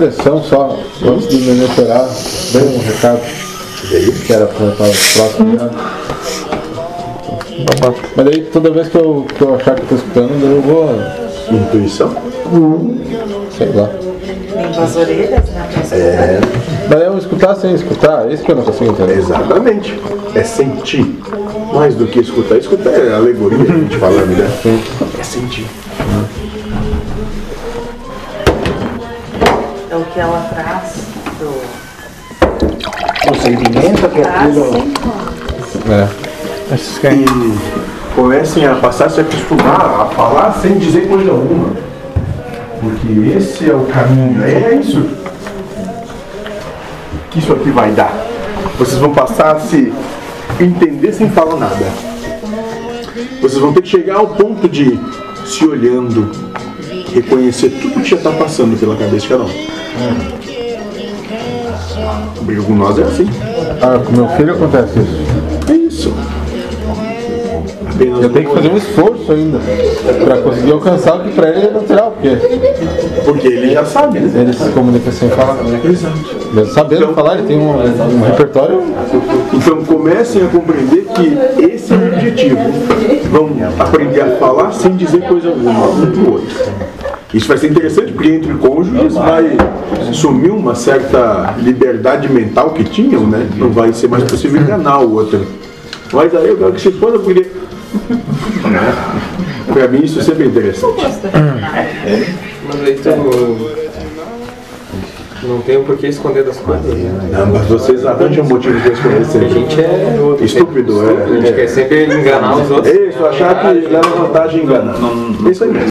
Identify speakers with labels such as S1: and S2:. S1: impressão só, antes do Nenê chorar, dei um recado que era para para o próximo. né? Mas aí toda vez que eu, que eu achar que eu tô escutando, daí eu vou,
S2: Intuição?
S1: sei lá.
S3: Limpa as orelhas, né?
S2: É,
S1: Mas eu escutar sem escutar, é isso que eu não consigo entender.
S2: exatamente. É sentir. Mais do que escutar. Escutar é alegoria, a gente falando, né? É sentir.
S3: É o que ela traz do.
S4: O sentimento que aquilo.
S1: É.
S4: Esses que aí
S2: E comecem a passar a se acostumar a falar sem dizer coisa alguma. Porque esse é o caminho, é isso. Que isso aqui vai dar. Vocês vão passar a se entender sem falar nada. Vocês vão ter que chegar ao ponto de se olhando, reconhecer tudo que já está passando pela cabeça de cada um.
S1: É.
S2: Porque com nós é assim.
S1: Ah, com meu filho acontece isso.
S2: É isso. Apenas
S1: Eu tenho que fazer um esforço ainda para conseguir alcançar o que para ele é natural, porque
S2: Porque ele já sabe. né?
S1: ele se comunica sem falar. né? Mesmo sabendo falar, ele tem um, um repertório.
S2: Então comecem a compreender que esse é o objetivo. Vão aprender a falar sem dizer coisa alguma, um pro outro. Isso vai ser interessante porque entre cônjuges vai sumir uma certa liberdade mental que tinham, né? Não vai ser mais possível enganar o outro. Mas aí eu quero que se foda porque. Para mim isso é sempre interessante.
S5: Mas aí tu não tem o porquê esconder das coisas. né?
S2: Ah, mas vocês arranjam motivo para esconder
S5: A
S2: sempre.
S5: gente é
S2: Estúpido,
S5: A gente
S2: é.
S5: quer sempre enganar os outros.
S2: Isso, achar que leva vantagem e engana. Isso aí mesmo.